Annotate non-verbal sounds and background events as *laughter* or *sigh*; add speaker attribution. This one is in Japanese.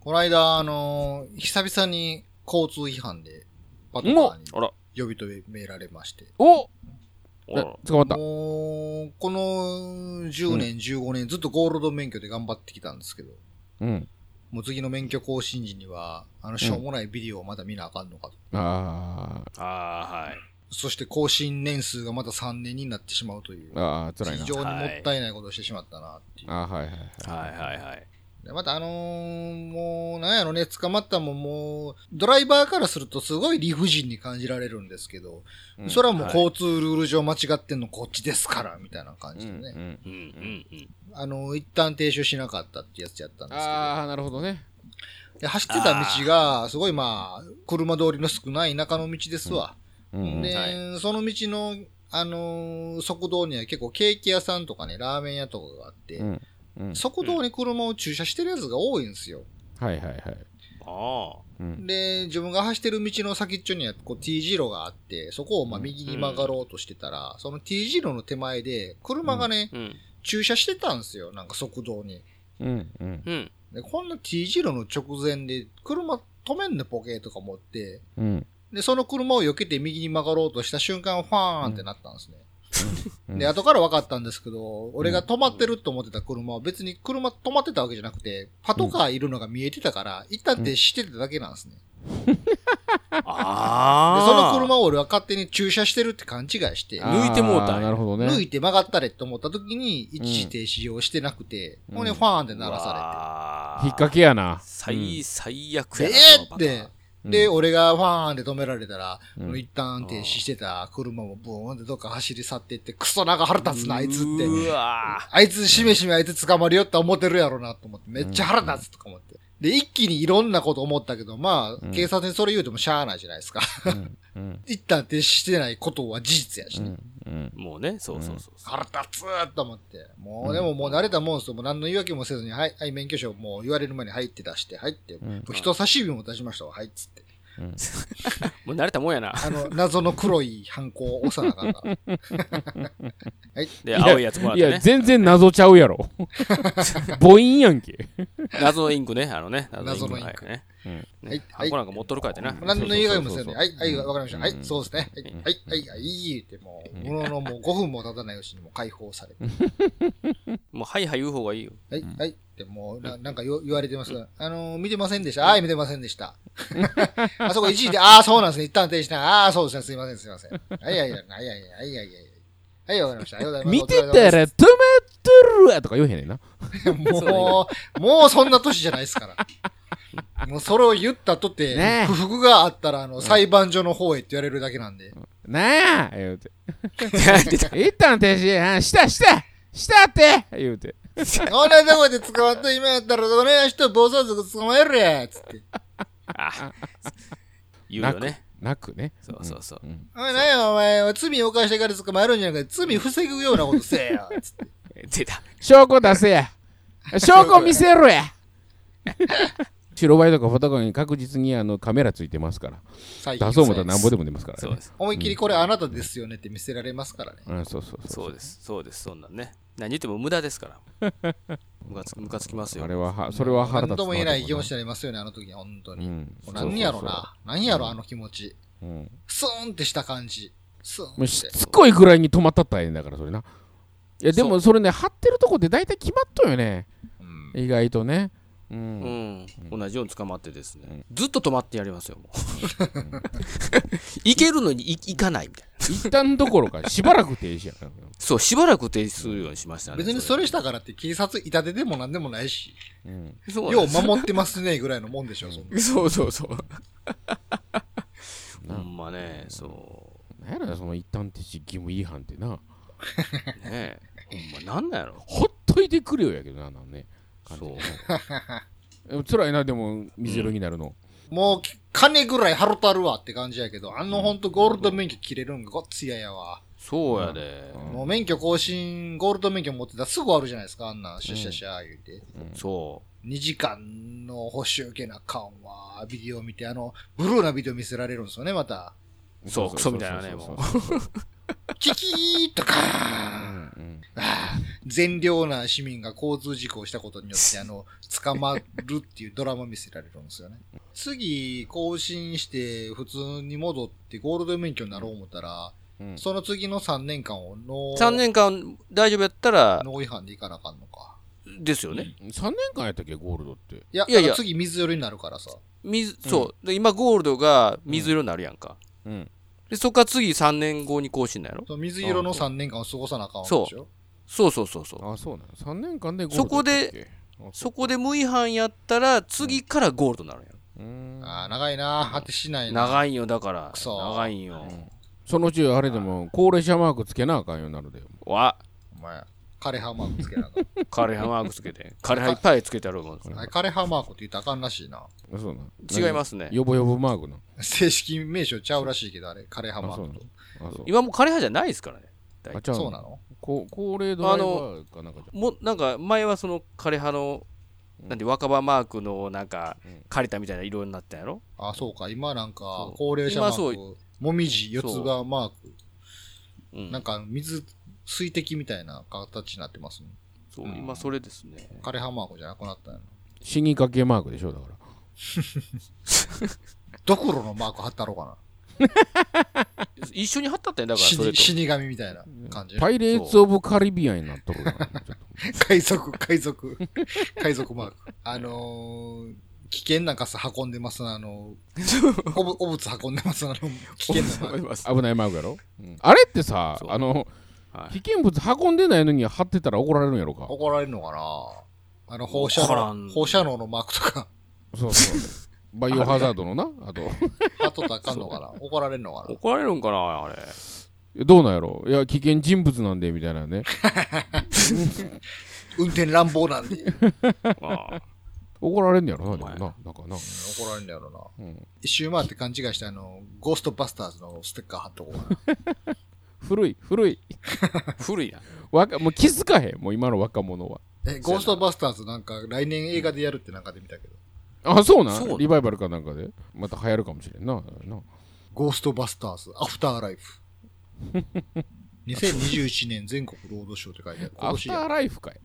Speaker 1: こないだ、あのー久々に交通違反で、パトカ
Speaker 2: も
Speaker 1: ーに
Speaker 2: あら、
Speaker 1: 呼び止められまして。
Speaker 3: お
Speaker 2: あら、
Speaker 3: 捕まった。
Speaker 1: もう、この10年、15年、ずっとゴールド免許で頑張ってきたんですけど、
Speaker 3: うん。
Speaker 1: もう次の免許更新時には、あの、しょうもないビデオをまだ見なあかんのかと。
Speaker 3: あ
Speaker 2: あーはい。
Speaker 1: そして更新年数がまた3年になってしまうという
Speaker 3: あ、、ああ、辛い
Speaker 1: 非
Speaker 3: な。
Speaker 1: 常にもったいないことをしてしまったなっていう。
Speaker 3: ああ、はいはい
Speaker 2: はいはいはい。
Speaker 1: でまたあのーもう、なんやろね、捕まったもんもう、ドライバーからするとすごい理不尽に感じられるんですけど、
Speaker 3: はい。
Speaker 1: それはもう
Speaker 2: はい
Speaker 1: 交通ルール上間違ってんのこっちですから、みたいな感じでね。
Speaker 3: ね。
Speaker 2: うんうんうん。
Speaker 1: あの、一旦停止しなかったってやつやったんですけど。
Speaker 3: ああ、なるほどね。
Speaker 1: で走ってた道が、すごいまあ、車通りの少ない田舎の道ですわ。
Speaker 3: うん
Speaker 1: で、
Speaker 2: は
Speaker 1: その道の、あのー側道には結構ケーキ屋さんとかね、ラーメン屋とかがあって、
Speaker 3: うん。うん
Speaker 1: 側道に車を駐車してるやつが多いんですよ。
Speaker 3: はいはいはい。
Speaker 2: あ
Speaker 3: うん
Speaker 1: で、自分が走ってる道の先っちょにはこう T 字路があって、そこをまあ
Speaker 3: うん
Speaker 1: 右に曲がろうとしてたら、その T 字路の手前で、車がね、
Speaker 2: あ。うん。
Speaker 1: 駐車してたんですよ。なんか側道に。
Speaker 3: うん。うん。
Speaker 2: うん。
Speaker 1: で、こんな T 字路の直前で、車止めんね、ポケとか持って。
Speaker 3: うん。
Speaker 1: で、その車を避けて右に曲がろうとした瞬間、ファーンってなったんですね。
Speaker 3: うん
Speaker 1: で、後から分かったんですけど、俺が止まってると思ってた車は別に車止まってたわけじゃなくて、パトカーいるのが見えてたから、一旦停止してただけなんですね。
Speaker 2: あ
Speaker 1: で、
Speaker 2: あ。
Speaker 1: その車を俺は勝手に駐車してるって勘違いして、
Speaker 2: あ抜いてもうたん
Speaker 3: あー
Speaker 2: や
Speaker 3: なるほどね。
Speaker 1: 抜いて曲がったれって思った時に一時停止をしてなくて、
Speaker 3: うん
Speaker 1: もうね、ファーンって鳴
Speaker 2: 鳴
Speaker 1: ら
Speaker 2: ら
Speaker 1: さ
Speaker 2: されて。
Speaker 3: 引っ掛けやな。
Speaker 2: 最、最悪
Speaker 1: れ
Speaker 2: や
Speaker 1: て。
Speaker 2: な。その
Speaker 1: えーっ
Speaker 2: パターン
Speaker 1: て、で、
Speaker 3: うん
Speaker 1: 俺がファーンって止められたら、
Speaker 3: うん
Speaker 1: 一旦停止してた車もブーンってどっか走り去ってって、クソ長腹立つな、あいつって。
Speaker 2: うわ
Speaker 1: あいつ、しめしめあいつ捕まるよって思ってるやろなと思って、めっちゃ腹立つとか思って。で、一気にいろんなこと思ったけど、まあ、
Speaker 3: うん
Speaker 1: 警察にそれ言うてもしゃあないじゃないですか。 *laughs*
Speaker 3: うんうん
Speaker 1: 一旦停止してないことは事実やし、
Speaker 3: う
Speaker 1: ね
Speaker 3: んうん
Speaker 2: ーもうね、そうそうそうそう。
Speaker 1: 腹立つーと思って。もう、でももう慣れたもんですよ。もう何の言い訳もせずに、はい、はい、免許証もう言われる前に入って出して、入って。も
Speaker 3: うん
Speaker 1: う人差し指も出しましたわ、はい、っつって。
Speaker 3: うん
Speaker 2: もう慣れたもんやな。
Speaker 1: あの、謎の黒い犯行を押さなあかんから。はい。
Speaker 2: で、青いやつもらっ
Speaker 3: い
Speaker 2: て
Speaker 3: や、
Speaker 2: ね。
Speaker 3: 全然謎ちゃうやろ。
Speaker 1: *laughs*
Speaker 3: 母音やんけ。
Speaker 2: 謎のインクね、あのね。
Speaker 1: 謎のインク
Speaker 2: ね。
Speaker 3: うん
Speaker 1: はい
Speaker 2: ね箱なんか持っとるからってな。
Speaker 1: もう何の言い訳もせず
Speaker 3: そうそうそうそ
Speaker 1: に、
Speaker 3: う
Speaker 1: はい、はい、わかりました。
Speaker 3: うん
Speaker 1: はい、そうですね。
Speaker 3: うん
Speaker 1: はい、はい、はい、いいってもう、もののもう5分も経たないうちにもう解放されて、
Speaker 2: もう、はいはい言う方がいいよ。
Speaker 1: はい、はいってもうな、なんかよ言われてますが、あのー、見てませんでした。はい、見てませんでした。あそこ一時で、ああ、そうなんですね。一旦停止して、ああ、そうですね。すいません、すいません。はい、はい、はい、はい、はい、はい、はい。はい、わかりました。ありがとうござい
Speaker 3: 見
Speaker 1: ま
Speaker 3: て
Speaker 1: す
Speaker 3: たら止まっとるわとか言わへんねんな。
Speaker 1: もう、もうそんな年じゃないです
Speaker 3: *laughs*
Speaker 1: から。もうそれを言ったとて、
Speaker 3: ねえ
Speaker 1: 不服があったら、あの、裁判所の方へって言われるだけなんで。
Speaker 3: なあ言うて。一旦停止、あしたしたしたって言うて。
Speaker 1: おなとこで捕まった今やったら、どの人暴走族捕まえるやつって。
Speaker 2: あ言うよね。
Speaker 3: なくね。
Speaker 2: そうそうそう。
Speaker 3: うん
Speaker 1: おい、なんやお前は罪犯してから捕まえるんじゃなくて、罪防ぐようなことせえよ。つって。
Speaker 2: 出た。
Speaker 3: 証拠出せや証拠見せろや白バイとかフォトカに確実にあのカメラついてますから。
Speaker 1: 最
Speaker 3: 出そう思ったらなんぼでも出ますから
Speaker 2: そう
Speaker 3: ね
Speaker 2: で。す。
Speaker 1: 思いっきりこれあなたですよねって見せられますからね。
Speaker 3: うん、そうそうそう。
Speaker 2: そうです。そうです。そんなんね。何言っても無駄ですから。 *laughs* ムカつムカつきますよ
Speaker 3: あ。れはは、それは腹立
Speaker 1: 何
Speaker 3: つ
Speaker 1: とも言えない気持ち
Speaker 3: だ。
Speaker 1: になりますよね、あの時は、本当
Speaker 3: う
Speaker 1: に。も
Speaker 3: ん。
Speaker 1: う何やろな。何やろ、あの気持ち。
Speaker 3: そうそうそう。うん。
Speaker 1: スーンってした感じ。スーン
Speaker 3: もう
Speaker 1: っ。
Speaker 3: してつこいぐらいに止まったったらええんだから、それな。いや、でもそれね、張ってるとこで大体決まっとんよね。
Speaker 1: うん
Speaker 3: 意外とね。う。
Speaker 2: うんん、同じように捕まってですね、
Speaker 3: うん
Speaker 2: ずっと止まってやりますよ、もう。 *laughs* 行けるのにい行かないみたいな。
Speaker 3: 一旦どころか、しばらく停止やから。
Speaker 2: そう、しばらく停止するようにしましたね。
Speaker 1: 別にそれしたからって警察痛手でも何でもないし、
Speaker 3: うん。
Speaker 2: そうな
Speaker 1: よ
Speaker 2: ん
Speaker 1: う
Speaker 2: で
Speaker 1: 守ってますねぐらいのもんでし *laughs* ょ、そんな
Speaker 2: すそうそうそう。 *laughs* ほんまね、そ
Speaker 3: なんやろな、その一旦停止義務違反ってな。
Speaker 2: う。ねほんま、なんなんやろ。
Speaker 3: ほっといてくれよやけどな、なんね。
Speaker 2: そう。
Speaker 3: でも辛いな、でも、水色になるの。
Speaker 1: もう、金ぐらい払たるわって感じやけど、あのほんとゴールド免許切れるんがごっつややわ。
Speaker 2: そうやで。
Speaker 3: うん
Speaker 1: もう免許更新、ゴールド免許持ってたらすぐあるじゃないですか、あんなん、シャシャシャ言うて。
Speaker 2: そ
Speaker 1: 2時間の補習受けなあかんわ、ビデオ見て、あの、ブルーなビデオ見せられるんですよね、また。
Speaker 2: そうクソみたいなねも
Speaker 3: う。
Speaker 1: キキーとか
Speaker 3: うんうん
Speaker 1: 善良な市民が交通事故をしたことによって、あの、捕まるっていうドラマ見せられるんですよね。次、更新して、普通に戻ってゴールド免許になろう思ったら、
Speaker 3: うん
Speaker 1: その次の3年間をノ
Speaker 2: 3
Speaker 1: ー、
Speaker 2: 年間大丈夫やったら、
Speaker 1: ノー違反でいかなあかんのか。
Speaker 2: ですよね。
Speaker 3: 3年間やったっけ、ゴールドって。
Speaker 1: いや、
Speaker 2: いやいや
Speaker 1: だから次水色になるからさ。
Speaker 2: 水、そう。で今、ゴールドが水色になるやんか。
Speaker 3: うん。
Speaker 2: で、そっから次3年後に更新なんやろ
Speaker 1: その水色の3年間を過ごさなあかんわけでしょ
Speaker 2: そうそうそうそう。
Speaker 3: あ、そうなの。3年間でゴールド
Speaker 2: そこで
Speaker 3: やったっけ、あ
Speaker 2: そこで無違反やったら、次からゴールドになるやん。
Speaker 3: うーん
Speaker 1: ああ、長いなあ果てしないな。
Speaker 2: 長いんよ、だから。
Speaker 1: くそ
Speaker 2: 長いんよ。
Speaker 3: そのうちあれでも高齢者マークつけなあかんようになるで。
Speaker 2: わ、
Speaker 1: お前、枯葉マークつけなあかん。
Speaker 2: 枯葉マークつけて。枯葉いっぱいつけてあるもん。
Speaker 1: あれ枯葉マークって言ったらあかんらしいな。
Speaker 3: そうなん。
Speaker 2: 違いますね
Speaker 3: 何。よぼよぼマークな。
Speaker 1: 正式名称ちゃうらしいけど、あれ、枯葉マ
Speaker 3: あ、そう
Speaker 1: ー
Speaker 3: な
Speaker 1: ク
Speaker 3: の
Speaker 1: と。。
Speaker 3: あ、そう。
Speaker 2: 今もう枯葉じゃないですからね。
Speaker 3: あ、ちゃう
Speaker 1: そうなの
Speaker 3: こ高齢ドライバーかなんかじ
Speaker 2: もうなんか前はその枯葉のなんて若葉マークのなんか
Speaker 3: うん
Speaker 2: 借りたみたいな色になったんやろ
Speaker 1: あ、そうか、今なんか
Speaker 2: そ、う
Speaker 1: 高齢者マ
Speaker 2: 今
Speaker 1: ーク、もみじ、四つ葉マーク、
Speaker 2: うん
Speaker 1: なんか水、水滴みたいな形になってますね。
Speaker 2: そう今それですね
Speaker 1: 枯葉マークじゃなくなったんやな
Speaker 3: ゃ。死にかけマークでしょ、だから。
Speaker 1: ドクロのマーク貼ったろうか
Speaker 2: 一緒に貼ったったんやだ
Speaker 1: な。
Speaker 2: から
Speaker 1: 死
Speaker 2: それ
Speaker 1: に
Speaker 2: と
Speaker 1: 死神みたいな感じ。
Speaker 3: パイレーツ・オブ・カリビアンになっとるな。ちょっと
Speaker 1: 海賊、海賊、海賊マーク。あのー、危険な傘運んでますな、あのー、おぶお物運んでますな、あの、危険なマーク。
Speaker 3: 危ないマークやろ、あれってさ
Speaker 2: そう
Speaker 3: あの、
Speaker 2: はい
Speaker 3: 危険物運んでないのに貼ってたら怒られるんやろか
Speaker 1: 怒られるのかなあの、放射
Speaker 2: わから
Speaker 1: 能、
Speaker 2: ん
Speaker 1: 放射能のマークとか、 *laughs*
Speaker 3: そうそうバイオハザードのなあと *laughs*
Speaker 1: 貼っとったらあかんのかな怒られるのかな
Speaker 2: 怒られるんかなあれ
Speaker 3: どうなんやろいや危険人物なんでみたいなね
Speaker 1: 運転乱暴なんで。
Speaker 2: あ
Speaker 3: 怒られんのやろな
Speaker 2: お
Speaker 3: でも
Speaker 2: 前
Speaker 3: ななんかな
Speaker 1: 怒られるんだろうな。
Speaker 3: うん
Speaker 1: 一周回って勘違いして、あの、ゴーストバスターズのステッカー貼っとこうかな。
Speaker 3: 古い古い
Speaker 2: あ古いな
Speaker 3: 若もう気づかへんもう今の若者は
Speaker 1: *laughs* え、ゴーストバスターズなんか来年映画でやるってなんかで見たけど。
Speaker 3: あそうなん
Speaker 2: そうなん
Speaker 3: リバイバルかなんかでまた流行るかもしれんなな
Speaker 1: ゴーストバスターズ、アフターライ *laughs* フ。2021年全国ロードショーって書いてある。今
Speaker 3: ア
Speaker 1: 年
Speaker 3: フタ
Speaker 1: や
Speaker 3: ーライフかい